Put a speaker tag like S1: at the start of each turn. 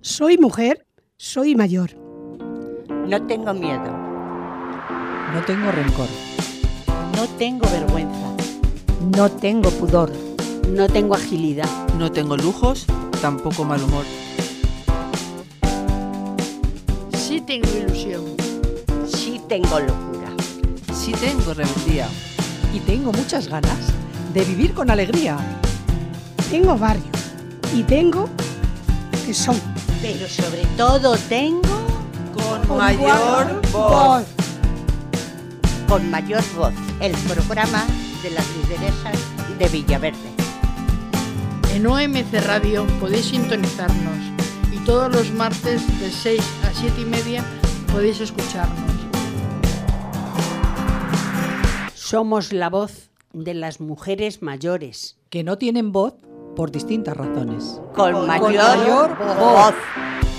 S1: Soy mujer, soy mayor.
S2: No tengo miedo.
S3: No tengo rencor.
S4: No tengo vergüenza.
S5: No tengo pudor.
S6: No tengo agilidad.
S7: No tengo lujos, tampoco mal humor.
S8: Sí tengo ilusión.
S9: Sí tengo locura.
S10: Sí tengo rebeldía.
S11: Y tengo muchas ganas de vivir con alegría.
S1: Tengo barrio. Y tengo que son.
S4: Pero sobre todo tengo
S7: con, con mayor voz. voz.
S2: Con mayor voz. El programa de las lideresas de Villaverde.
S8: En OMC Radio podéis sintonizarnos y todos los martes de 6 a 7 y media podéis escucharnos.
S6: Somos la voz de las mujeres mayores.
S3: Que no tienen voz por distintas razones.
S2: Con, con mayor, con mayor voz. voz.